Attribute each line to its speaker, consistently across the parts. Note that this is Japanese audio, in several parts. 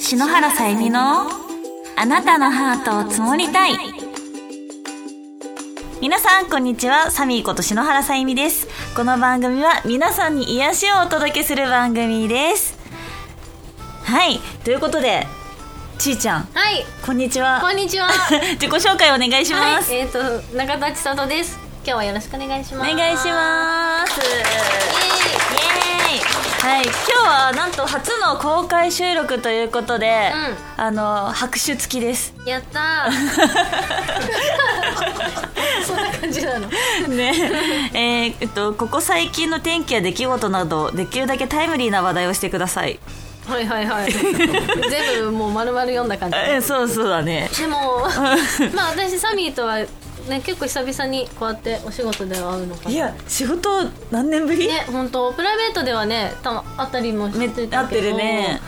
Speaker 1: 篠原さゆみのあなたのハートを積もりたい皆さんこんにちはサミーこと篠原さゆみですこの番組は皆さんに癒しをお届けする番組ですはいということでちーちゃん
Speaker 2: はい、
Speaker 1: こんにちは
Speaker 2: こんにちは。
Speaker 1: 自己紹介お願いしま
Speaker 2: は
Speaker 1: す、
Speaker 2: い、えっ、と中田千里です。今日はよろしくお願いします。
Speaker 1: お願いしますイエーイはい、今日はなんと初の公開収録ということで、あの拍手付きです
Speaker 2: イエーイやった ー。そんな感じなの。
Speaker 1: ね えーえっと、ここ最近の天気や出来事などできるだけタイムリーな話題をしてください
Speaker 2: はいはいはい。全部もう丸々読んだ感じ。
Speaker 1: えそうそうだね
Speaker 2: でも、まあ私サミーとはね結構久々にこうやってお仕事では会うのかな。
Speaker 1: いや仕事何年ぶり、
Speaker 2: ね本当プライベートではねたまあったりもしてたけ
Speaker 1: め会って
Speaker 2: ど
Speaker 1: るね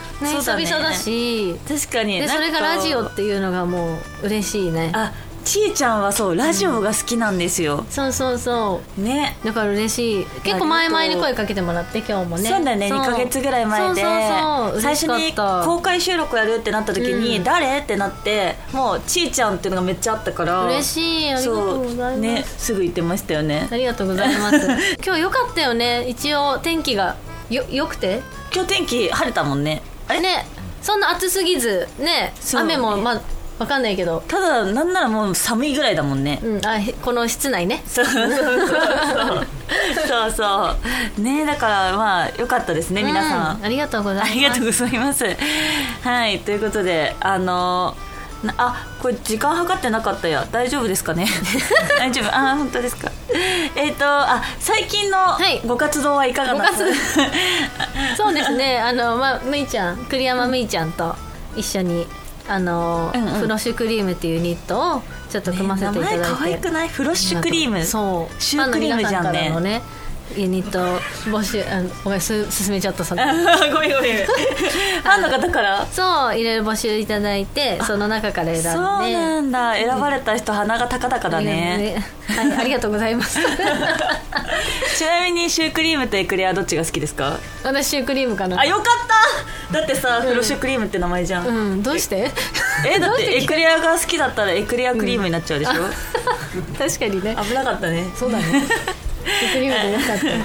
Speaker 1: そうだ
Speaker 2: 久
Speaker 1: ね
Speaker 2: 々だし。
Speaker 1: 確かに
Speaker 2: で
Speaker 1: なん
Speaker 2: そ
Speaker 1: か
Speaker 2: れがラジオっていうのがもう嬉しいね
Speaker 1: あちーちゃんはそうラジオが好きなんですよ、
Speaker 2: そうそうそ
Speaker 1: ね
Speaker 2: うだから嬉しい結構前々に声かけてもらって今日もね
Speaker 1: そうだね
Speaker 2: そう
Speaker 1: 2ヶ月ぐらい前で
Speaker 2: そうそうそう
Speaker 1: 最初
Speaker 2: 嬉しかっ
Speaker 1: に
Speaker 2: た
Speaker 1: 公開収録やるってなった時に、
Speaker 2: うん
Speaker 1: 誰ってなってもうちーちゃんっていうのがめっちゃあったから
Speaker 2: 嬉しいありがとうございます、
Speaker 1: そうねすぐ行ってましたよね
Speaker 2: ありがとうございます 今日良かったよね一応天気がよ良くて
Speaker 1: 今日天気晴れたもんねあれ
Speaker 2: ねそんな暑すぎずね
Speaker 1: そう
Speaker 2: 雨もまあわかんないけど
Speaker 1: ただなんならもう寒いぐらいだもんね
Speaker 2: うん、あへこの室内ね
Speaker 1: そうそうそうそうそうねだからまあよかったですね皆さん
Speaker 2: う、ありがとうございま
Speaker 1: あ
Speaker 2: す
Speaker 1: りがとうございます。はい、ということで、あのなあ、これ時間計ってなかったや。大丈夫ですか ね大丈夫。あー、本当ですか。えっ、と、あ、最近の
Speaker 2: い
Speaker 1: ご活動はいかがな
Speaker 2: ご活 そうですねあのまあむいちゃん栗山むいちゃんと一緒にあの、
Speaker 1: うんうん
Speaker 2: フロッシュクリームっていうニットをちょっと組ませていただいて、
Speaker 1: ね名前可愛くないフロッシュクリーム
Speaker 2: そう
Speaker 1: シュークリームじゃんね
Speaker 2: ファンの皆さからのねユニットを募集あのごめんす進めちゃったその
Speaker 1: ごめんごめん。ファンの方から。
Speaker 2: そういろいろ募集いただいてその中から選んで
Speaker 1: そうなん だ。選ばれた人、鼻が高々だね。
Speaker 2: はい、ありがとうございます
Speaker 1: ちなみにシュークリームとエクレアどっちが好きですか
Speaker 2: 私シュークリームかな
Speaker 1: あ、よかっただってさ、フロッシュクリームって名前じゃん。
Speaker 2: うんどうして
Speaker 1: えだってエクレアが好きだったらエクレアクリームになっちゃうでしょ、
Speaker 2: 確かにね
Speaker 1: 危なかったね
Speaker 2: そうだねシュークリームじゃなかった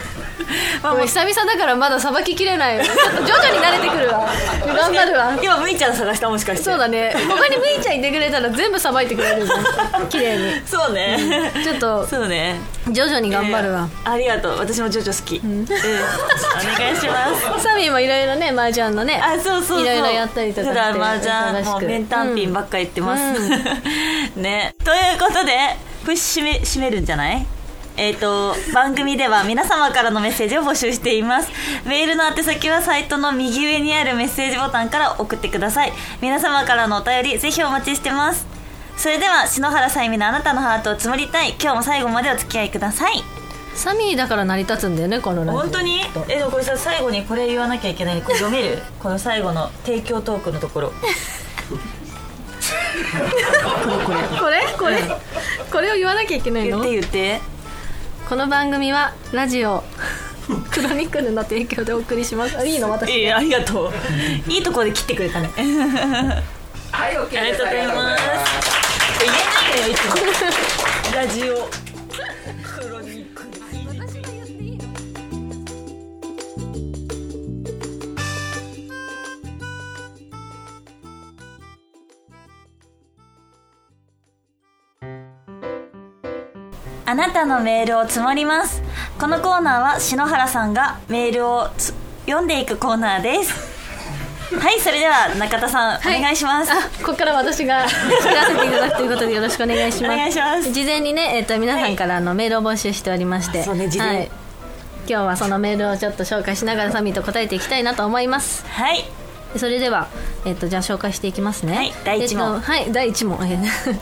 Speaker 1: まあ
Speaker 2: もう久々だからまださばききれないわちょっと徐々に慣れてくる わ頑張るわ
Speaker 1: 今むいちゃん探したもしかして
Speaker 2: そうだね他にむいちゃんいてくれたら全部さばいてくれるじゃん綺麗に
Speaker 1: そうね、
Speaker 2: ちょっと
Speaker 1: そうね
Speaker 2: 徐々に頑張るわ、
Speaker 1: えーありがとう私もジョジョ好き、えーお願いします
Speaker 2: サミーもいろいろね麻雀のね
Speaker 1: あそうそうそう
Speaker 2: いろいろやったりとかして
Speaker 1: 普段麻雀
Speaker 2: 忙しく
Speaker 1: もう面単品ばっか言ってます、 ねということでこれ締め締めるんじゃないえー、と番組では 皆様からのメッセージを募集していますメールの宛先はサイトの右上にあるメッセージボタンから送ってください皆様からのお便りぜひお待ちしてますそれでは篠原さゆみのあなたのハートを積もりたい今日も最後までお付き合いください
Speaker 2: サミーだから成り立つんだよねこのラジオ
Speaker 1: 本当にえでもこれさ最後にこれ言わなきゃいけないこれ読めるこの最後の提供トークのところ
Speaker 2: これこれこれを言わなきゃいけない
Speaker 1: 言
Speaker 2: の
Speaker 1: って言って
Speaker 2: この番組はラジオクロニクルの提供でお送りしますあいいの私
Speaker 1: いいありがとういいところで切ってくれたねあり
Speaker 3: はい、OK です。
Speaker 1: がとうございます言えないのよいつもラジオクロニクルあなたのメールを積もりますこのコーナーは篠原さんがメールをつ読んでいくコーナー ですはいそれでは中田さん、
Speaker 2: はい
Speaker 1: お願いします
Speaker 2: あここから私が作らせていただくということでよろしくお願いします
Speaker 1: お願いします
Speaker 2: 事前にね、えっと皆さんからあのメールを募集しておりまして、
Speaker 1: あそうね事前
Speaker 2: はい、今日はそのメールをちょっと紹介しながらサミーと答えていきたいなと思います
Speaker 1: はい
Speaker 2: それでは、えっとじゃあ紹介していきますね
Speaker 1: はい第一問
Speaker 2: えっとはい第1問え ー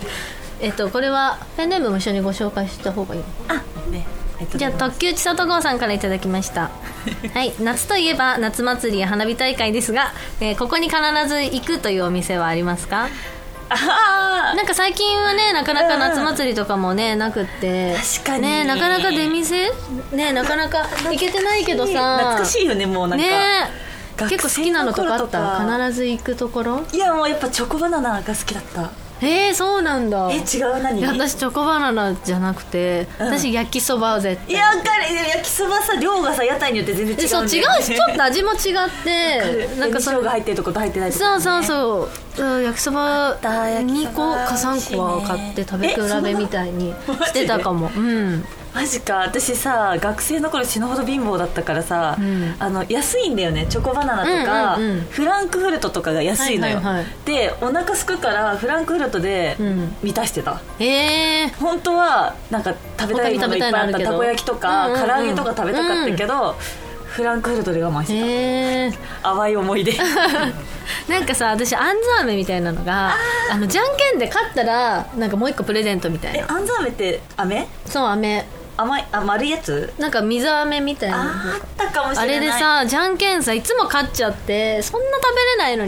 Speaker 2: えっとこれはペンネームも一緒にご紹介した方がいいの
Speaker 1: あねえっと
Speaker 2: じゃあ特急ちさと郷さんからいただきました はい夏といえば夏祭りや花火大会ですが、えーここに必ず行くというお店はありますか
Speaker 1: あ
Speaker 2: なんか最近はねなかなか
Speaker 1: うん
Speaker 2: 夏祭りとかもねなくって
Speaker 1: 確かに
Speaker 2: ねなかなか出店ねなかなか行けてないけど
Speaker 1: ー
Speaker 2: さ
Speaker 1: 懐かしいよねもうなんか、
Speaker 2: ね結構好きなのとかあった必ず行くところ
Speaker 1: いやもうやっぱチョコバナナが好きだった
Speaker 2: えー、そうなんだ
Speaker 1: え違う何
Speaker 2: いや私チョコバナナじゃなくて、
Speaker 1: うん
Speaker 2: 私焼きそば絶対
Speaker 1: いやわかる焼きそばさ量がさ屋台によって全然違う
Speaker 2: えそう違うしちょっと味も違って
Speaker 1: な
Speaker 2: なんん
Speaker 1: か
Speaker 2: か
Speaker 1: そ
Speaker 2: そ
Speaker 1: の
Speaker 2: の
Speaker 1: が入ってるとこと入ってないとこ、
Speaker 2: そうそう
Speaker 1: う
Speaker 2: そう、うん焼きそば
Speaker 1: た焼きそば
Speaker 2: 2個か3個は買って食べ比べみたいに
Speaker 1: えそんな
Speaker 2: してたかもうん
Speaker 1: マジか私さ学生の頃死ぬほど貧乏だったからさ、
Speaker 2: うん
Speaker 1: あの安いんだよねチョコバナナとか、
Speaker 2: うんうんうん
Speaker 1: フランクフルトとかが安いのよ、
Speaker 2: はいはいはい
Speaker 1: でお腹すくからフランクフルトで
Speaker 2: うん
Speaker 1: 満たしてた、
Speaker 2: えー、
Speaker 1: 本当はなんか食べたいものいっぱいあっ
Speaker 2: 他に食べたいのある
Speaker 1: た
Speaker 2: けど
Speaker 1: たこ焼きとか、
Speaker 2: うんうんうん
Speaker 1: 唐揚げとか食べたかったけど、フランクフルトで我慢してた、
Speaker 2: えー、
Speaker 1: 淡い思い出
Speaker 2: なんかさ私あんず飴みたいなのがあのじゃんけんで勝ったらなんかもう一個プレゼントみたい
Speaker 1: え
Speaker 2: な
Speaker 1: あんず飴って飴
Speaker 2: そう飴
Speaker 1: 甘いあ丸いやつ
Speaker 2: なんか水飴みたいな
Speaker 1: ああったかもしれない
Speaker 2: あれでさじゃんけんさいつも勝っちゃってそんな食べれないの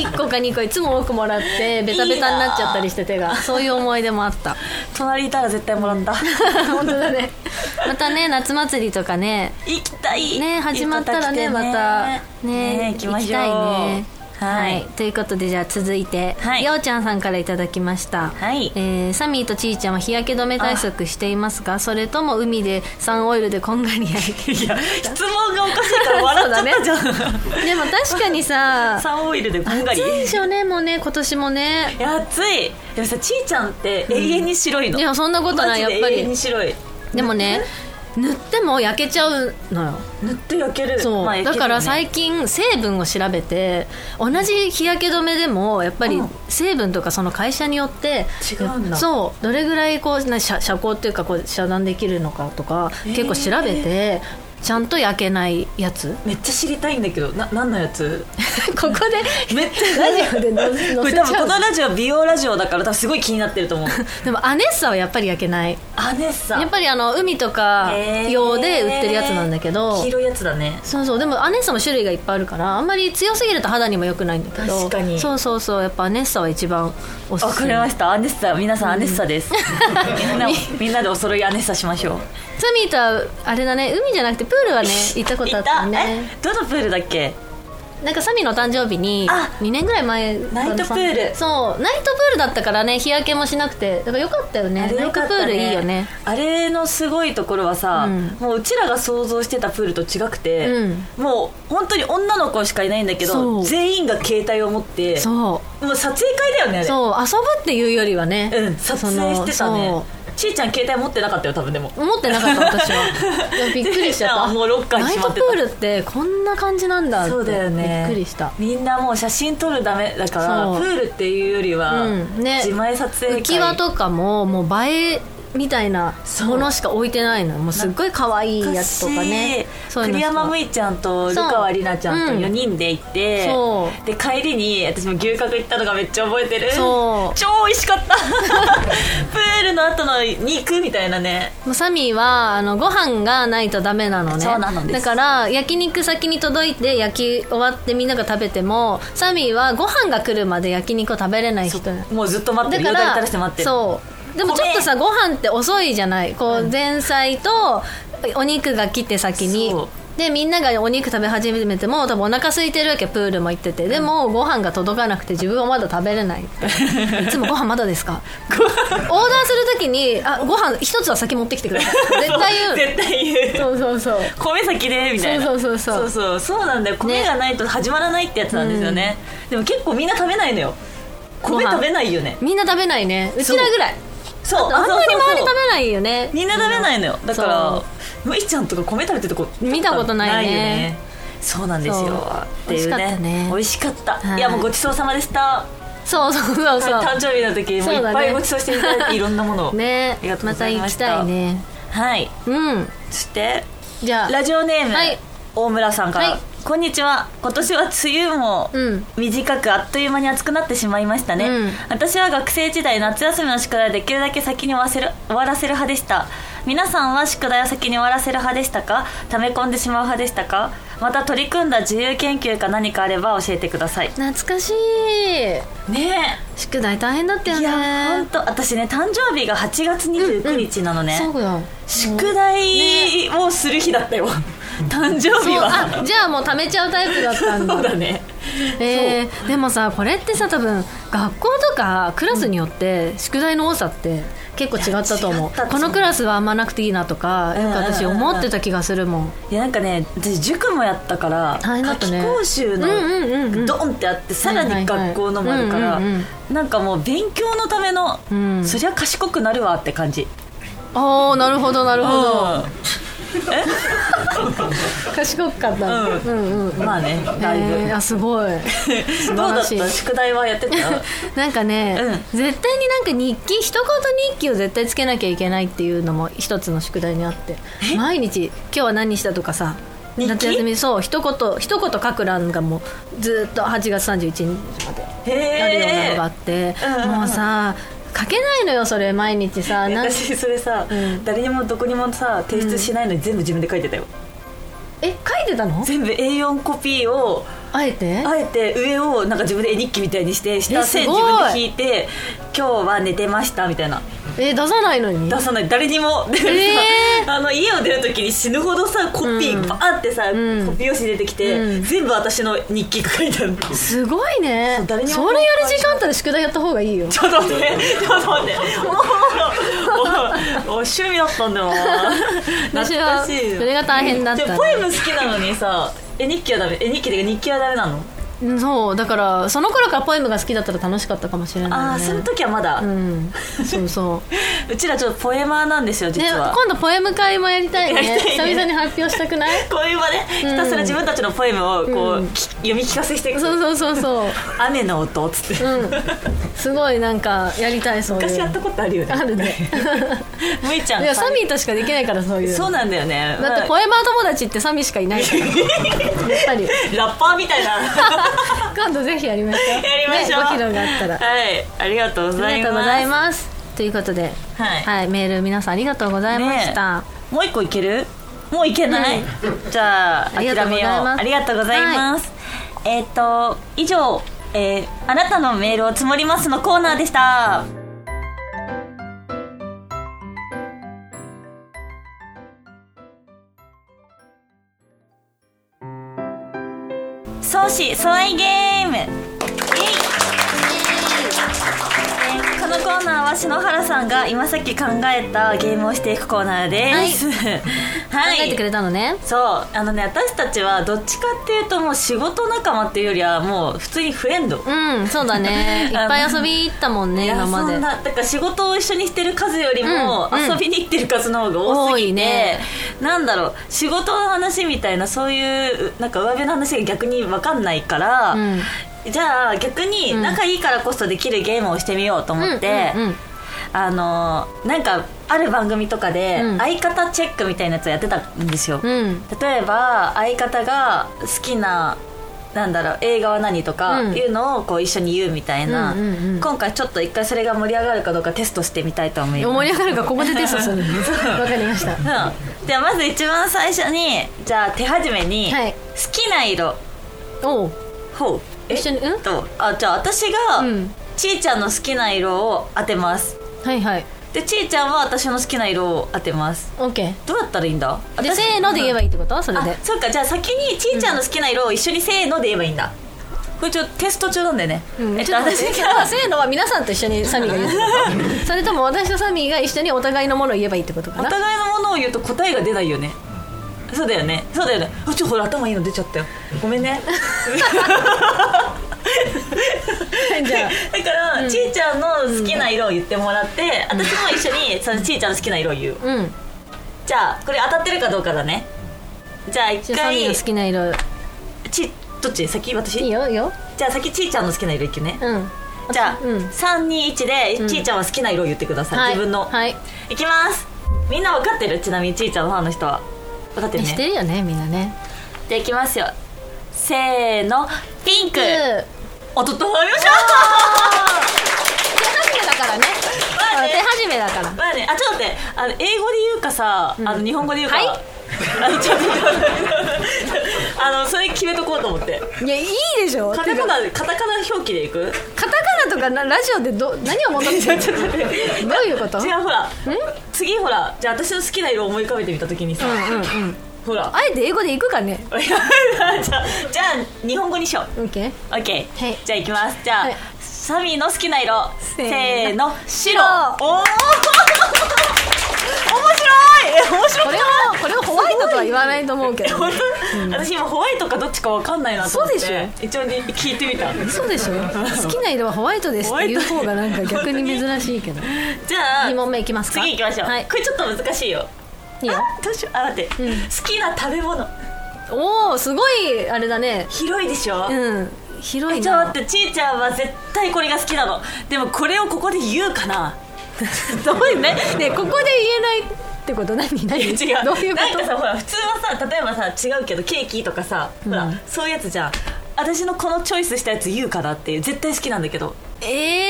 Speaker 2: に1 個か2個いつも多くもらってベタベタになっちゃったりして手がそういう思い出もあった
Speaker 1: 隣いたら絶対もらった
Speaker 2: 本当だね またね夏祭りとかね
Speaker 1: 行きたい
Speaker 2: ね始まったらねまたね
Speaker 1: ね行きましょう
Speaker 2: 行きたいね
Speaker 1: は
Speaker 2: はいい、ということでじゃあ続いて、
Speaker 1: はい
Speaker 2: ようちゃんさんからいただきました、
Speaker 1: はい
Speaker 2: えーサミーとちーちゃんは日焼け止め対策していますがそれとも海でサンオイルでこんがり焼 いて
Speaker 1: いや質問がおかしいから笑っちゃったじゃん、
Speaker 2: でも確かに さ
Speaker 1: サンオイルでこんが
Speaker 2: 暑
Speaker 1: り
Speaker 2: いでしょねもうね今年もね
Speaker 1: いや暑いでもさちーちゃんって永遠に白いの、
Speaker 2: いやそんなことないやっぱ
Speaker 1: マジで永遠に
Speaker 2: り
Speaker 1: 白い
Speaker 2: でもね塗っても焼けちゃうのよ
Speaker 1: 塗って焼 ける
Speaker 2: そう、
Speaker 1: まあ焼ける
Speaker 2: だ
Speaker 1: よね
Speaker 2: から最近成分を調べて同じ日焼け止めでもやっぱり
Speaker 1: うん
Speaker 2: 成分とかその会社によって
Speaker 1: 違うんだ
Speaker 2: そうどれぐらいこうな遮遮光っていうかこう遮断できるのかとか
Speaker 1: へー
Speaker 2: 結構調べてちゃんと焼けないやつ
Speaker 1: めっちゃ知りたいんだけどな何のやつ
Speaker 2: ここ で
Speaker 1: めっちゃ
Speaker 2: ラジオで載せ
Speaker 1: こ
Speaker 2: 載
Speaker 1: れ
Speaker 2: せ
Speaker 1: 多
Speaker 2: ち
Speaker 1: 分
Speaker 2: ゃ
Speaker 1: こ
Speaker 2: う
Speaker 1: のラジオは美容ラジオだから多分すごい気になってると思う
Speaker 2: でもアネッサはやっぱり焼けない
Speaker 1: アネッサ
Speaker 2: やっぱりあの海とか
Speaker 1: へー
Speaker 2: 用で売ってるやつなんだけど
Speaker 1: 黄色いやつだね
Speaker 2: そうそうでもアネッサも種類がいっぱいあるからあんまり強すぎると肌にも良くないんだけど
Speaker 1: 確かに
Speaker 2: そうそうそうやっぱアネッサは一番おす
Speaker 1: わ
Speaker 2: す
Speaker 1: か
Speaker 2: め
Speaker 1: りましたアネッサ皆さんアネッサですみん なみんなでお揃いアネッサしましょう
Speaker 2: ツミーとはあれだね海じゃなくてプールはね行ったことあった
Speaker 1: 行っ
Speaker 2: ね
Speaker 1: たえどのプールだっけ
Speaker 2: なんかサミーのお誕生日に
Speaker 1: あ
Speaker 2: 2年ぐらい前
Speaker 1: ナイトプール
Speaker 2: そうナイトプールだったからね日焼けもしなくてだからよかったよね
Speaker 1: あれ
Speaker 2: ナ
Speaker 1: よ
Speaker 2: イト
Speaker 1: かっ
Speaker 2: プ
Speaker 1: た
Speaker 2: ール
Speaker 1: ね
Speaker 2: いいよね
Speaker 1: あれのすごいところはさ、
Speaker 2: うん
Speaker 1: もううちらが想像してたプールと違くて、
Speaker 2: うん
Speaker 1: もう本当に女の子しかいないんだけ
Speaker 2: そ
Speaker 1: ど
Speaker 2: う
Speaker 1: 全員が携帯を持って
Speaker 2: そ
Speaker 1: もう撮影会だよねあ
Speaker 2: う
Speaker 1: れ
Speaker 2: そう遊ぶっていうよりはね、
Speaker 1: うん撮影してた
Speaker 2: そ
Speaker 1: ね
Speaker 2: の
Speaker 1: ちーちゃん携帯持ってなかったよ多分でも
Speaker 2: そう思ってなかった私はいやびっくりしちゃっ た
Speaker 1: あもうロッカーに
Speaker 2: ナイ
Speaker 1: しま
Speaker 2: ト
Speaker 1: って
Speaker 2: プ
Speaker 1: た
Speaker 2: ールってこんな感じなんだって
Speaker 1: そうだよね
Speaker 2: びっくりした
Speaker 1: みんなもう写真撮るためだから
Speaker 2: そう
Speaker 1: プールっていうよりは、
Speaker 2: うんね
Speaker 1: 自前撮影会
Speaker 2: 浮き輪とかももう映えみたいなものしか置いてないのもうすっごい可愛いやつとかね
Speaker 1: 昔
Speaker 2: そういうの
Speaker 1: 栗
Speaker 2: しか
Speaker 1: 山むいちゃんと
Speaker 2: そう
Speaker 1: ルカワリナちゃんと
Speaker 2: うん
Speaker 1: 4人で行って、
Speaker 2: そ
Speaker 1: で帰りに私も牛角行ったのがめっちゃ覚えてる
Speaker 2: そう
Speaker 1: 超美味しかった プールの後の肉みたいなね
Speaker 2: もうサミーはあのご飯がないとダメなのね
Speaker 1: そうなのです
Speaker 2: だから焼肉先に届いて焼き終わってみんなが食べてもサミーはご飯が来るまで焼肉を食べれない人だ
Speaker 1: もうずっと待ってる
Speaker 2: か
Speaker 1: よだれ垂
Speaker 2: ら
Speaker 1: らして待ってる
Speaker 2: そうでもちょっとさご飯って遅いじゃないこう前菜とお肉が来て先に
Speaker 1: そう
Speaker 2: でみんながお肉食べ始めても多分お腹空いてるわけプールも行っててでもご飯が届かなくて自分はまだ食べれない いつもご飯まだですか
Speaker 1: ご飯
Speaker 2: オーダーするときにあご飯一つは先持ってきてくだ さい絶対言う
Speaker 1: 絶対言う
Speaker 2: そうそうそう
Speaker 1: 米先でみたいな
Speaker 2: そうそうそ
Speaker 1: そ
Speaker 2: うそうう
Speaker 1: そうそうなんだよ米
Speaker 2: ね
Speaker 1: がないと始まらないってやつなんですよねでも結構みんな食べないのよ米
Speaker 2: ご飯
Speaker 1: 食べないよね
Speaker 2: みんな食べないねうちらぐらい
Speaker 1: そう
Speaker 2: あんまり
Speaker 1: そうそうそう
Speaker 2: 周り食べないよね
Speaker 1: みんな食べないのよだか
Speaker 2: そ
Speaker 1: ら
Speaker 2: う
Speaker 1: むいちゃんとか米食べてるとこ
Speaker 2: 見たことないよね
Speaker 1: そうなんです
Speaker 2: そう
Speaker 1: よっていうね美
Speaker 2: 美
Speaker 1: 味しかった
Speaker 2: はい
Speaker 1: いやもうごちそうさまでした
Speaker 2: そうそうそうそう
Speaker 1: 誕生日の時もうい
Speaker 2: そう
Speaker 1: っ
Speaker 2: だね
Speaker 1: ぱいごちそうしていた だいていろんなものを
Speaker 2: ね
Speaker 1: ありがとうご
Speaker 2: また
Speaker 1: ざい
Speaker 2: 行
Speaker 1: ま
Speaker 2: き
Speaker 1: した
Speaker 2: たいね
Speaker 1: はい
Speaker 2: うん
Speaker 1: そして
Speaker 2: じゃあ
Speaker 1: ラジオネーム
Speaker 2: はい
Speaker 1: 大村さんか
Speaker 2: は
Speaker 1: ら
Speaker 2: い
Speaker 1: こんにちは今年は梅雨も
Speaker 2: うん
Speaker 1: 短くあっという間に暑くなってしまいましたね、
Speaker 2: うん
Speaker 1: 私は学生時代夏休みの宿題をできるだけ先に終わせる終わらせる派でした皆さんは宿題を先に終わらせる派でしたか溜め込んでしまう派でしたかまた取り組んだ自由研究か何かあれば教えてください
Speaker 2: 懐かしい
Speaker 1: ね
Speaker 2: 宿題大変だった
Speaker 1: えい
Speaker 2: よね
Speaker 1: や本当私ね誕生日が8月29日なのね、
Speaker 2: そうよ
Speaker 1: 宿題をする日だったよ、誕生日
Speaker 2: そう
Speaker 1: は
Speaker 2: あじゃあもう貯めちゃうタイプだったんだ
Speaker 1: そうだね
Speaker 2: えーでもさこれってさ多分学校とかクラスによって宿題の多さって結構違ったと
Speaker 1: いや
Speaker 2: 思
Speaker 1: 違っ
Speaker 2: う
Speaker 1: たと思う
Speaker 2: このクラスはあんまなくていいなとかよく私
Speaker 1: うんうんうんうん
Speaker 2: 思ってた気がするもん
Speaker 1: いやなんかね私塾もやったから
Speaker 2: 大変だったね
Speaker 1: 夏期講習の
Speaker 2: うんうんうんうん
Speaker 1: ドンってあってさら
Speaker 2: はいは
Speaker 1: に
Speaker 2: いはい
Speaker 1: 学校のもあるから
Speaker 2: うんうん
Speaker 1: なんかもう勉強のための、
Speaker 2: うん
Speaker 1: そりゃ賢くなるわって感じ
Speaker 2: ああなるほどなるほど
Speaker 1: う
Speaker 2: 賢かった
Speaker 1: うん
Speaker 2: うんうん
Speaker 1: んまあねだいぶ、
Speaker 2: えーあ すごい
Speaker 1: どうだっ
Speaker 2: 素晴ら
Speaker 1: た
Speaker 2: しい
Speaker 1: 宿題はや ってた
Speaker 2: なんかね、
Speaker 1: う
Speaker 2: 絶対になんか日記一言日記を絶対つけなきゃいけないっていうのも一つの宿題にあって毎日今日は何したとかさ
Speaker 1: 日記
Speaker 2: 夏休みそう一言一言書く欄がもうずーっと8月31日まであるようなの
Speaker 1: へ
Speaker 2: があ
Speaker 1: え
Speaker 2: って、
Speaker 1: うんうんうん
Speaker 2: もうさ書けないのよそれ毎日さなん
Speaker 1: 私それさ、
Speaker 2: うん
Speaker 1: 誰にもどこにもさ提出しないのに全部自分で書いてたよ、
Speaker 2: え書いてたの
Speaker 1: 全部 A4 コピーを
Speaker 2: あえて
Speaker 1: あえて上をなんか自分で絵日記みたいにして下
Speaker 2: えすごい
Speaker 1: 線自分で引いて今日は寝てましたみたいな
Speaker 2: え出さないのに
Speaker 1: 出さない誰にもでさ
Speaker 2: え
Speaker 1: あの家を出る時に死ぬほどさコピ
Speaker 2: うん
Speaker 1: ーバーってさ、
Speaker 2: うん
Speaker 1: コピー用紙出てきて、
Speaker 2: うん
Speaker 1: 全部私の日記が書いてある のち
Speaker 2: すごいね
Speaker 1: そう
Speaker 2: そ
Speaker 1: 誰にも
Speaker 2: れやる時間あったら宿題やった方がいいよ
Speaker 1: ょっと待ってちょっと待ってもうおお趣味だったんだよな
Speaker 2: 私
Speaker 1: 懐
Speaker 2: は
Speaker 1: かしいよ
Speaker 2: それが大変だっ
Speaker 1: でも
Speaker 2: たの
Speaker 1: ポエム好きなのにさ絵日記はダメ絵日記で日記はダメなの
Speaker 2: うんそうだからその頃からポエムが好きだったら楽しかったかもしれない、ね、
Speaker 1: ああーその時はまだ、う
Speaker 2: うんそうそう
Speaker 1: ちらちょっとポエマーなんですよ 実
Speaker 2: ね
Speaker 1: は、
Speaker 2: 今度ポエム会もやりたいね
Speaker 1: やりたいね
Speaker 2: 久々に発表したくない
Speaker 1: こういう場でひたすら自分たちのポエムをこう、
Speaker 2: うん
Speaker 1: き読み聞かせしていく
Speaker 2: そうそうそうそう
Speaker 1: 雨の音」っつって、
Speaker 2: うんすごいなんかやりたいそういう
Speaker 1: 昔やったことあるよね
Speaker 2: あるね
Speaker 1: むいちゃん
Speaker 2: いやサミーとしかできないからそういうの
Speaker 1: そうなんだよね
Speaker 2: だってポ
Speaker 1: エ
Speaker 2: エマー友達ってサミーしかいないからやっ ぱり
Speaker 1: ラッパーみたい な
Speaker 2: 今度ぜひやりましょう
Speaker 1: やりましょう、
Speaker 2: ね、ご議論があったら
Speaker 1: はいありがとうご
Speaker 2: あ
Speaker 1: ざ
Speaker 2: り
Speaker 1: い
Speaker 2: が
Speaker 1: ます
Speaker 2: とうございますということで、
Speaker 1: はい
Speaker 2: メール皆さんありがとうございました、
Speaker 1: ねえもう一個いけるもういけない、じゃあ
Speaker 2: あり
Speaker 1: 諦
Speaker 2: がとうご
Speaker 1: め
Speaker 2: ざい
Speaker 1: よう
Speaker 2: ます
Speaker 1: ありがとうございます、えっ、と以上、えーあなたのメールを積もります」のコーナーでした相思相愛ゲームイエイえーこのコーナーは篠原さんが今さっき考えたゲームをしていくコーナーです。はい、
Speaker 2: 考えてくれたのね
Speaker 1: そうあのね私たちはどっちかっていうともう仕事仲間っていうよりはもう普通にフレンド、
Speaker 2: うんそう だねいっぱい遊び行ったもんね
Speaker 1: いや
Speaker 2: 今ま
Speaker 1: そ
Speaker 2: で
Speaker 1: んなだから仕事を一緒にしてる数よりも、
Speaker 2: うんうん
Speaker 1: 遊びに行ってる数の方が多すぎ
Speaker 2: 多
Speaker 1: て、
Speaker 2: いね
Speaker 1: なんだろう仕事の話みたいなそういうなんか上辺の話が逆に分かんないから、
Speaker 2: うん
Speaker 1: じゃあ逆に仲いいからこそできるゲームをしてみようと思って、
Speaker 2: うんうんうん
Speaker 1: あのなんかある番組とかで
Speaker 2: うん
Speaker 1: 相方チェックみたいなやつをやってたんですよ、
Speaker 2: うん
Speaker 1: 例えば相方が好きななんだろう映画は何とか
Speaker 2: うん
Speaker 1: いうのをこう一緒に言うみたいな、
Speaker 2: うんうんうん
Speaker 1: 今回ちょっと一回それが盛り上がるかどうかテストしてみたいと思います
Speaker 2: 盛り上がるかここでテストするのね わかりました
Speaker 1: うん、ではまず一番最初にじゃあ手始めに、
Speaker 2: はい
Speaker 1: 好きな色
Speaker 2: おう
Speaker 1: ほうえ
Speaker 2: 一緒にうん
Speaker 1: とあじゃあ私が、
Speaker 2: うん
Speaker 1: ちーちゃんの好きな色を当てます
Speaker 2: はいはい
Speaker 1: でちーちゃんは私の好きな色を当てます
Speaker 2: オッケ
Speaker 1: どうやったらいいんだ
Speaker 2: ーで
Speaker 1: 私
Speaker 2: せーので言えばいいってことそれで
Speaker 1: あそうかじゃあ先にちーちゃんの好きな色を一緒にせーので言えばいいんだこれちょっとテスト中なんだよね、
Speaker 2: うん
Speaker 1: えっ
Speaker 2: ち
Speaker 1: と
Speaker 2: ょっと待
Speaker 1: 私
Speaker 2: って
Speaker 1: が
Speaker 2: せーのは皆さんと一緒にサミーが言うってこと それとも私とサミーが一緒にお互いのものを言えばいいってことか
Speaker 1: お
Speaker 2: な
Speaker 1: 互いのものを言うと答えが出ないよねそうだよねそうだよねあちょほら頭いいの出ちゃったよごめん ね
Speaker 2: じゃあ
Speaker 1: だから、ちーちゃんの好きな色を言ってもらって、私も一緒にそのちーちゃんの好きな色を言う
Speaker 2: うん
Speaker 1: じゃあこれ当たってるかどうかだねじゃあ一
Speaker 2: じゃあサミー
Speaker 1: 回
Speaker 2: の好きな色
Speaker 1: ちどっち先私
Speaker 2: いいよいいよ
Speaker 1: じゃあ先ちーちゃんの好きな色いくね、
Speaker 2: うん
Speaker 1: じゃあ、
Speaker 2: うん
Speaker 1: 321で、ちーちゃんは好きな色を言ってください、
Speaker 2: はい
Speaker 1: 自分の、
Speaker 2: はい
Speaker 1: いきますみんな分かってるちなみにちーちゃんのファンの人は分かってる
Speaker 2: 知って
Speaker 1: ね
Speaker 2: るよねみんなね
Speaker 1: でいきますよせーのピンク
Speaker 2: うん
Speaker 1: おととわりましょ
Speaker 2: 手始めだからね
Speaker 1: まあね
Speaker 2: 手始めだから
Speaker 1: うまあねあちょっと待ってあの英語で言うかさ、あの日本語で言うか、
Speaker 2: はい
Speaker 1: あのちょっと待ってあのそれ決めとこうと思って
Speaker 2: いやいいでしょ
Speaker 1: カタカナカタカナ表記でいく
Speaker 2: カタカナとかなラジオでど何を求めて るどういうこと
Speaker 1: 違うほら次ほらじゃあ私の好きな色を思い浮かべてみた時にさ、
Speaker 2: うんうんうん
Speaker 1: ほら
Speaker 2: あえて英語で行くかね
Speaker 1: じゃあじゃあ日本語にしよう
Speaker 2: OK
Speaker 1: オッケー、
Speaker 2: はい
Speaker 1: じゃあいきますじゃあ、
Speaker 2: はい
Speaker 1: サミーの好きな色
Speaker 2: せ
Speaker 1: せ
Speaker 2: ー
Speaker 1: ー
Speaker 2: の
Speaker 1: の白 おお面白いえ面白
Speaker 2: こ
Speaker 1: く
Speaker 2: れ
Speaker 1: ない
Speaker 2: をこれをホワイトとは言わないと思うけど
Speaker 1: 本当、 私今ホワイトかどっちかわかんないなと思って
Speaker 2: そうで
Speaker 1: 一応聞いてみた
Speaker 2: そうで しょ好きな色はホワイトですっていう方がなんか逆に珍しい けど
Speaker 1: じゃあ
Speaker 2: 2問目いきますか
Speaker 1: 次行きましょう、
Speaker 2: はい
Speaker 1: これちょっと難しいよ
Speaker 2: いいよ
Speaker 1: あどうしようあ待って、
Speaker 2: うん
Speaker 1: 好きな食べ物
Speaker 2: おおすごいあれだね
Speaker 1: 広いでしょ、
Speaker 2: うん広い
Speaker 1: え
Speaker 2: な
Speaker 1: ちょっと待ってちーちゃんは絶対これが好きなのでもこれをここで言うか な
Speaker 2: どういうねねここで言えないってこと何何
Speaker 1: いや 違う
Speaker 2: どういうこ
Speaker 1: なんかさ
Speaker 2: と
Speaker 1: ほら普通はさ例えばさ違うけどケーキとかさ、ほ
Speaker 2: う
Speaker 1: ら
Speaker 2: ん
Speaker 1: そういうやつじゃん私のこのチョイスしたやつ言うかなっていう絶対好きなんだけど
Speaker 2: えー、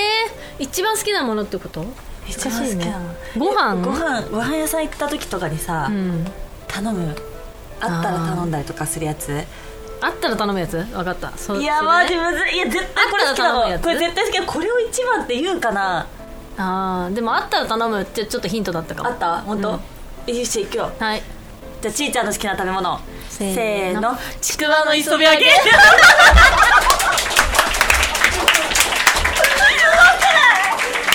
Speaker 2: 一番好きなものってこと
Speaker 1: 一番好きなの
Speaker 2: 難しいねご飯
Speaker 1: ご飯ご飯屋さん行った時とかにさ、
Speaker 2: うん
Speaker 1: 頼むあったら頼んだりとかするやつ
Speaker 2: あったら頼むやつ分かったそう
Speaker 1: いや
Speaker 2: それね
Speaker 1: マジむずいいや絶対これ好き
Speaker 2: あったら頼む
Speaker 1: な
Speaker 2: や
Speaker 1: の
Speaker 2: つ
Speaker 1: これ絶対好きなのこれを一番って言うかな
Speaker 2: あーでもあったら頼むってちょっとヒントだったかも
Speaker 1: あった本当、
Speaker 2: うん
Speaker 1: えよし行くよ
Speaker 2: はい
Speaker 1: じゃあちーちゃんの好きな食べ物
Speaker 2: せ
Speaker 1: せ
Speaker 2: ーの
Speaker 1: ーのちくわの磯辺揚げ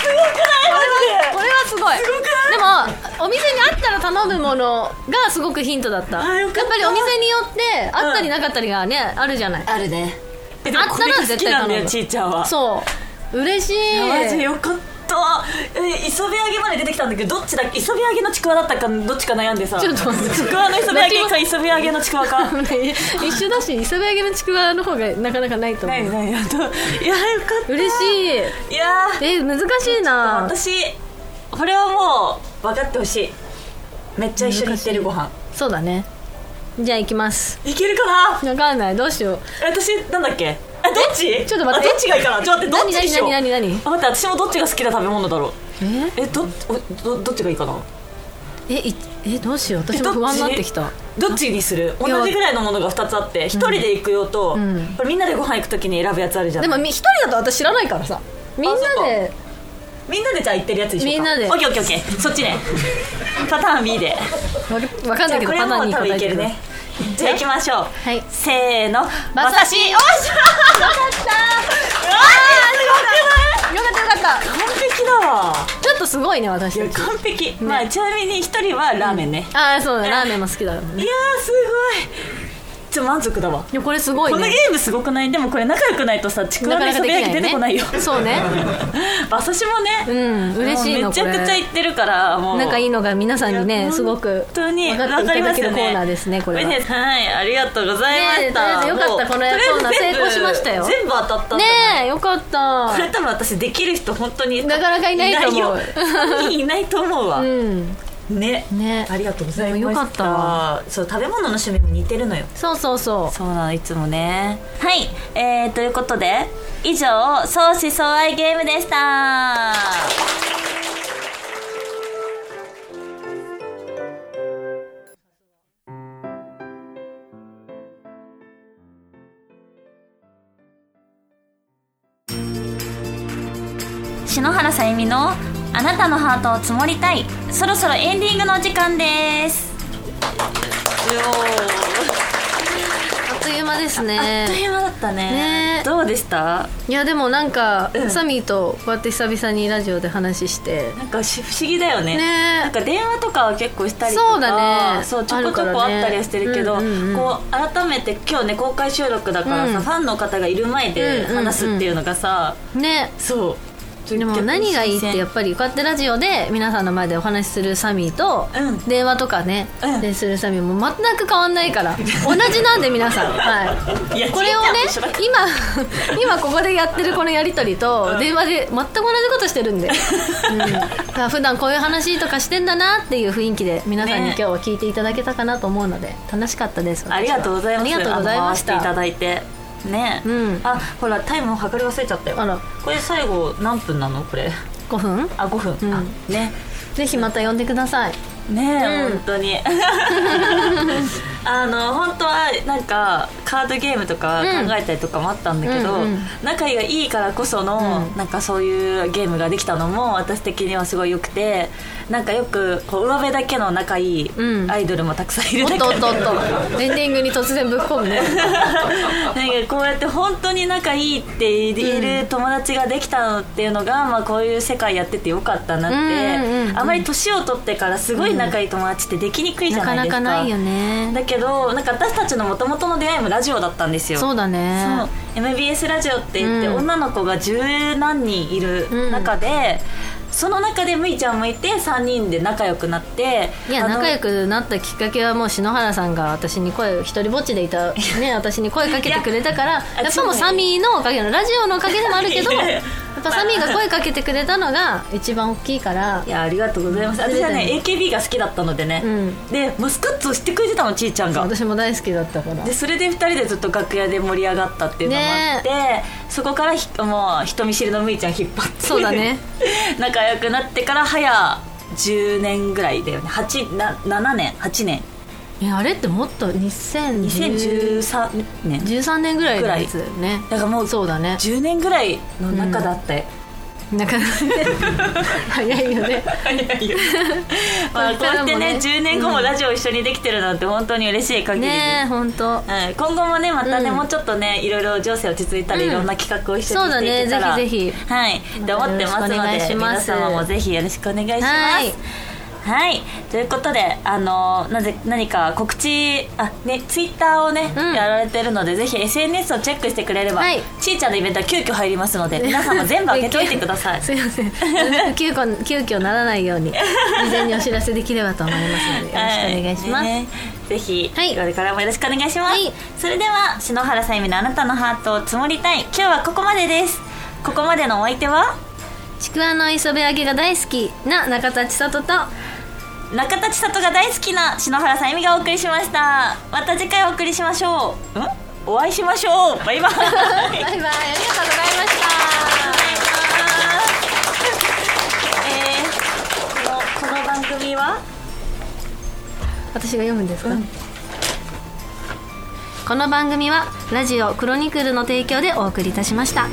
Speaker 2: これはすごいでもお店にあったら頼むものがすごくヒントだった
Speaker 1: あー
Speaker 2: や
Speaker 1: よ
Speaker 2: っ
Speaker 1: かった
Speaker 2: ぱりお店によってあったりなかったりがね、あるじゃない
Speaker 1: あるねえでも
Speaker 2: あっ
Speaker 1: こ
Speaker 2: た
Speaker 1: れ
Speaker 2: ら
Speaker 1: が好
Speaker 2: 絶
Speaker 1: き
Speaker 2: 対
Speaker 1: な
Speaker 2: 頼
Speaker 1: んだよ
Speaker 2: む
Speaker 1: ちーちゃんは
Speaker 2: そう嬉しい
Speaker 1: マジよかったえ磯辺揚げまで出てきたんだけどどっちだ磯辺揚げのちくわだったかどっちか悩んでさ
Speaker 2: ちょっと待って
Speaker 1: ちくわの磯辺揚げか磯辺揚げのちくわか
Speaker 2: 一緒だし磯辺揚げのちくわの方がなかなかないと思
Speaker 1: ないな
Speaker 2: う
Speaker 1: い あといやよかった
Speaker 2: 嬉しい
Speaker 1: いやー
Speaker 2: え難しいな
Speaker 1: 私これはもう分かってほしいめっちゃ一緒に行ってるご飯
Speaker 2: そうだねじゃあ行きます
Speaker 1: いけるかな
Speaker 2: わかんないどうしよう
Speaker 1: 私なんだっけあどっち
Speaker 2: ちょっと待って
Speaker 1: あどっちがいいかなちょっと待ってどっちでしょう
Speaker 2: 何何何何
Speaker 1: あ待って私もどっちが好きな食べ物だろう
Speaker 2: え
Speaker 1: えどおどどっちがいいかな
Speaker 2: えいえどうしよう私も
Speaker 1: えどっち
Speaker 2: 不安になってきた
Speaker 1: どっちにする同じぐらいのものが2つあって一人で行くよと、
Speaker 2: うん
Speaker 1: これみんなでご飯行く時に選ぶやつあるじゃん
Speaker 2: でもみ一人だと私知らないからさみんなで
Speaker 1: みんなでじゃあ行ってるやつにしようか
Speaker 2: みんなで
Speaker 1: オッケーオッケーオッケーそっち ねパターン B で
Speaker 2: わわかん
Speaker 1: じゃ
Speaker 2: ない
Speaker 1: あこ
Speaker 2: けどパ
Speaker 1: れ
Speaker 2: タ
Speaker 1: は
Speaker 2: ー
Speaker 1: も
Speaker 2: ン
Speaker 1: う
Speaker 2: に
Speaker 1: 多
Speaker 2: 答
Speaker 1: 分
Speaker 2: え
Speaker 1: い
Speaker 2: て
Speaker 1: け
Speaker 2: る
Speaker 1: るねじゃあ行きましょう
Speaker 2: はい
Speaker 1: せーの
Speaker 2: 馬
Speaker 1: 馬
Speaker 2: 刺
Speaker 1: 刺
Speaker 2: し
Speaker 1: しおっしゃよかった
Speaker 2: よかったよかった
Speaker 1: ー完璧だわ
Speaker 2: ちょっとすごいね私
Speaker 1: い
Speaker 2: た
Speaker 1: や
Speaker 2: ち
Speaker 1: 完璧、まあちなみに一人はラーメンね、
Speaker 2: ああそうだラーメンも好きだからね
Speaker 1: いやーすごいちょっと満足だわ
Speaker 2: いやこれすごい
Speaker 1: このゲ
Speaker 2: ね
Speaker 1: ームすごくないでもこれ仲良くないとさちくわ
Speaker 2: な
Speaker 1: の
Speaker 2: か
Speaker 1: 磯
Speaker 2: なかで
Speaker 1: 辺
Speaker 2: き
Speaker 1: 焼
Speaker 2: な
Speaker 1: き
Speaker 2: い
Speaker 1: 出てこないよ
Speaker 2: ねそうね
Speaker 1: 馬刺しもね
Speaker 2: うん嬉しいの
Speaker 1: もうめちゃくちゃ行ってるからもう
Speaker 2: 仲いいのが皆さんに
Speaker 1: い
Speaker 2: ね
Speaker 1: や
Speaker 2: すごく
Speaker 1: 本当に
Speaker 2: 分か
Speaker 1: 分
Speaker 2: って
Speaker 1: か
Speaker 2: い
Speaker 1: り
Speaker 2: ただ
Speaker 1: ま
Speaker 2: け
Speaker 1: す
Speaker 2: る
Speaker 1: よ
Speaker 2: コ
Speaker 1: ね
Speaker 2: ーナーですねこれは
Speaker 1: ねはいありがとうございまし
Speaker 2: ね
Speaker 1: た、
Speaker 2: えとりあえずよかった
Speaker 1: もう
Speaker 2: このコーナー
Speaker 1: とりあえず全部
Speaker 2: 成功しましたよ
Speaker 1: 全部当たったんだ
Speaker 2: ね
Speaker 1: ね
Speaker 2: えよかった
Speaker 1: これ多分私できる人本当に
Speaker 2: なかなかいないと思う
Speaker 1: いないよ いないと思うわ、
Speaker 2: うん
Speaker 1: ね
Speaker 2: ね
Speaker 1: ありがとうございました
Speaker 2: よかったわ
Speaker 1: そう食べ物の趣味も似てるのよ
Speaker 2: そうそうそ
Speaker 1: そうなのいつもねはいえー、ということで以上相思相愛ゲームでした篠原さゆみの「あなたのハートを積もりたい」そろそろエンディングのお時間です
Speaker 2: うあっという間です
Speaker 1: あっと
Speaker 2: ね
Speaker 1: いう間だったね
Speaker 2: ね
Speaker 1: どうでした
Speaker 2: いやでもなんか、
Speaker 1: うん
Speaker 2: サミーとこうやって久々にラジオで話して
Speaker 1: なんかし不思議だよね
Speaker 2: ね
Speaker 1: なんか電話とかは結構したりとか
Speaker 2: そうだね
Speaker 1: そうちょこちょこ
Speaker 2: あるからね
Speaker 1: あったりはしてるけど
Speaker 2: うんうんうん
Speaker 1: こう改めて今日ね公開収録だからさ、
Speaker 2: うん
Speaker 1: ファンの方がいる前で
Speaker 2: うんうんうん
Speaker 1: 話すっていうのがさ、
Speaker 2: ね
Speaker 1: そう
Speaker 2: でも何がいいってや
Speaker 1: ぱ
Speaker 2: っぱりこうやってラジオで皆さんの前でお話しするサミーと
Speaker 1: うん
Speaker 2: 電話とかね、
Speaker 1: うん
Speaker 2: でするサミーも全く変わんないから同じなんで皆 さん、はい
Speaker 1: や
Speaker 2: これをね
Speaker 1: ちーちゃんと一
Speaker 2: 今 今ここでやってるこのやり取りと電話で全く同じことしてるんで、うん、だから普段こういう話とかしてんだなっていう雰囲気で皆さんに
Speaker 1: ね
Speaker 2: 今日は聞いていただけたかなと思うので楽しかったです私は
Speaker 1: ありがとうございます
Speaker 2: ありがとうございまし
Speaker 1: あの回して
Speaker 2: た
Speaker 1: いただいてね、
Speaker 2: うん
Speaker 1: あほらタイムを測り忘れちゃったよ
Speaker 2: あら
Speaker 1: これ最後何分なのこれ
Speaker 2: 5分
Speaker 1: あ5分、
Speaker 2: うん
Speaker 1: あね
Speaker 2: ぜひまた呼んでください
Speaker 1: ねえ、
Speaker 2: うん
Speaker 1: 本当に あの本当はなんかカードゲームとか
Speaker 2: うん
Speaker 1: 考えたりとかもあったんだけど、
Speaker 2: うんうん
Speaker 1: 仲がいいからこその、
Speaker 2: う
Speaker 1: なんかそういうゲームができたのも私的にはすごい良くてなんかよくこう上辺だけの仲いい
Speaker 2: うん
Speaker 1: アイドルもたくさんいる
Speaker 2: おっ
Speaker 1: 中
Speaker 2: とお
Speaker 1: で、
Speaker 2: っとおっとエンディングに突然ぶっ込むね
Speaker 1: なんかこうやって本当に仲いいって言える友達ができたのっていうのが、まあ、こういう世界やっててよかったなって、
Speaker 2: うんうんうん
Speaker 1: あまり年を取ってからすごい仲いい友達ってできにくいじ
Speaker 2: な
Speaker 1: ゃないで
Speaker 2: かな
Speaker 1: すか
Speaker 2: かないよね
Speaker 1: だけどなんか私たちのもともとの出会いもラジオだったんですよ
Speaker 2: そうだね
Speaker 1: そう MBS ラジオって言って、
Speaker 2: うん
Speaker 1: 女の子が十何人いる中で、その中でむいちゃんもいて3人で仲良くなって
Speaker 2: いや
Speaker 1: あの
Speaker 2: 仲良くなったきっかけはもう篠原さんが私に声一人ぼっちでいたね私に声かけてくれたからや
Speaker 1: や
Speaker 2: っぱもうサミーのおかげのラジオのおかげでもあるけど
Speaker 1: いやいや
Speaker 2: やっぱサミーが声かけてくれたのが一番大きいから
Speaker 1: いやありがとうございます私はね AKB が好きだったのでね、
Speaker 2: うん
Speaker 1: でマスカッツを知ってくれてたのちーちゃんが
Speaker 2: 私も大好きだったから
Speaker 1: でそれで2人でずっと楽屋で盛り上がったっていうのもあって、そこからひもう人見知りのむいちゃん引っ張って
Speaker 2: そうだね
Speaker 1: 仲良くなってから早10年ぐらいだよね8な7年8年
Speaker 2: えあれってもっと2013
Speaker 1: 2013年
Speaker 2: 年ぐらいのやつだよね
Speaker 1: だからもう
Speaker 2: そうだ ね
Speaker 1: 10年ぐらいの中だったよ、
Speaker 2: なかなかね早いよね
Speaker 1: いやいや まあこうやってね
Speaker 2: これからもね
Speaker 1: 10年後もラジオ一緒にできてるなんて本当に嬉しい限りです、
Speaker 2: ねえ本当
Speaker 1: はい、今後もねまたね、
Speaker 2: うん
Speaker 1: もうちょっとねいろいろ情勢落ち着いたり、
Speaker 2: うん
Speaker 1: いろんな企画を一緒
Speaker 2: そ
Speaker 1: にして
Speaker 2: うだね
Speaker 1: いけたら
Speaker 2: ぜひぜひ
Speaker 1: はいって思ってますので
Speaker 2: よろしくお願いします
Speaker 1: 皆様もぜひよろしくお願いします
Speaker 2: はい
Speaker 1: はいということであのなぜ何か告知あねツイッターをね、
Speaker 2: うん
Speaker 1: やられてるのでぜひ SNS をチェックしてくれれば、
Speaker 2: はい
Speaker 1: ちーちゃんのイベントは急遽入りますの で皆様全部開けといてください
Speaker 2: すいません急遽急遽ならないように事前にお知らせできればと思いますのでよろしくお願いします、
Speaker 1: はねぜひ、
Speaker 2: はい
Speaker 1: これからもよろしくお願いします、
Speaker 2: はい
Speaker 1: それでは篠原さゆみのあなたのハートを積もりたい今日はここまでですここまでのお相手は
Speaker 2: ちくわの磯辺揚げが大好きな中田千里と
Speaker 1: 中田千里が大好きな篠原さゆみがお送りしましたまた次回お送りしましょうんお会いしましょうバイバイ
Speaker 2: バイバイありがとうございました
Speaker 1: えーこのこの番組は
Speaker 2: 私が読むんですか、この番組はラジオクロニクルの提供でお送りいたしました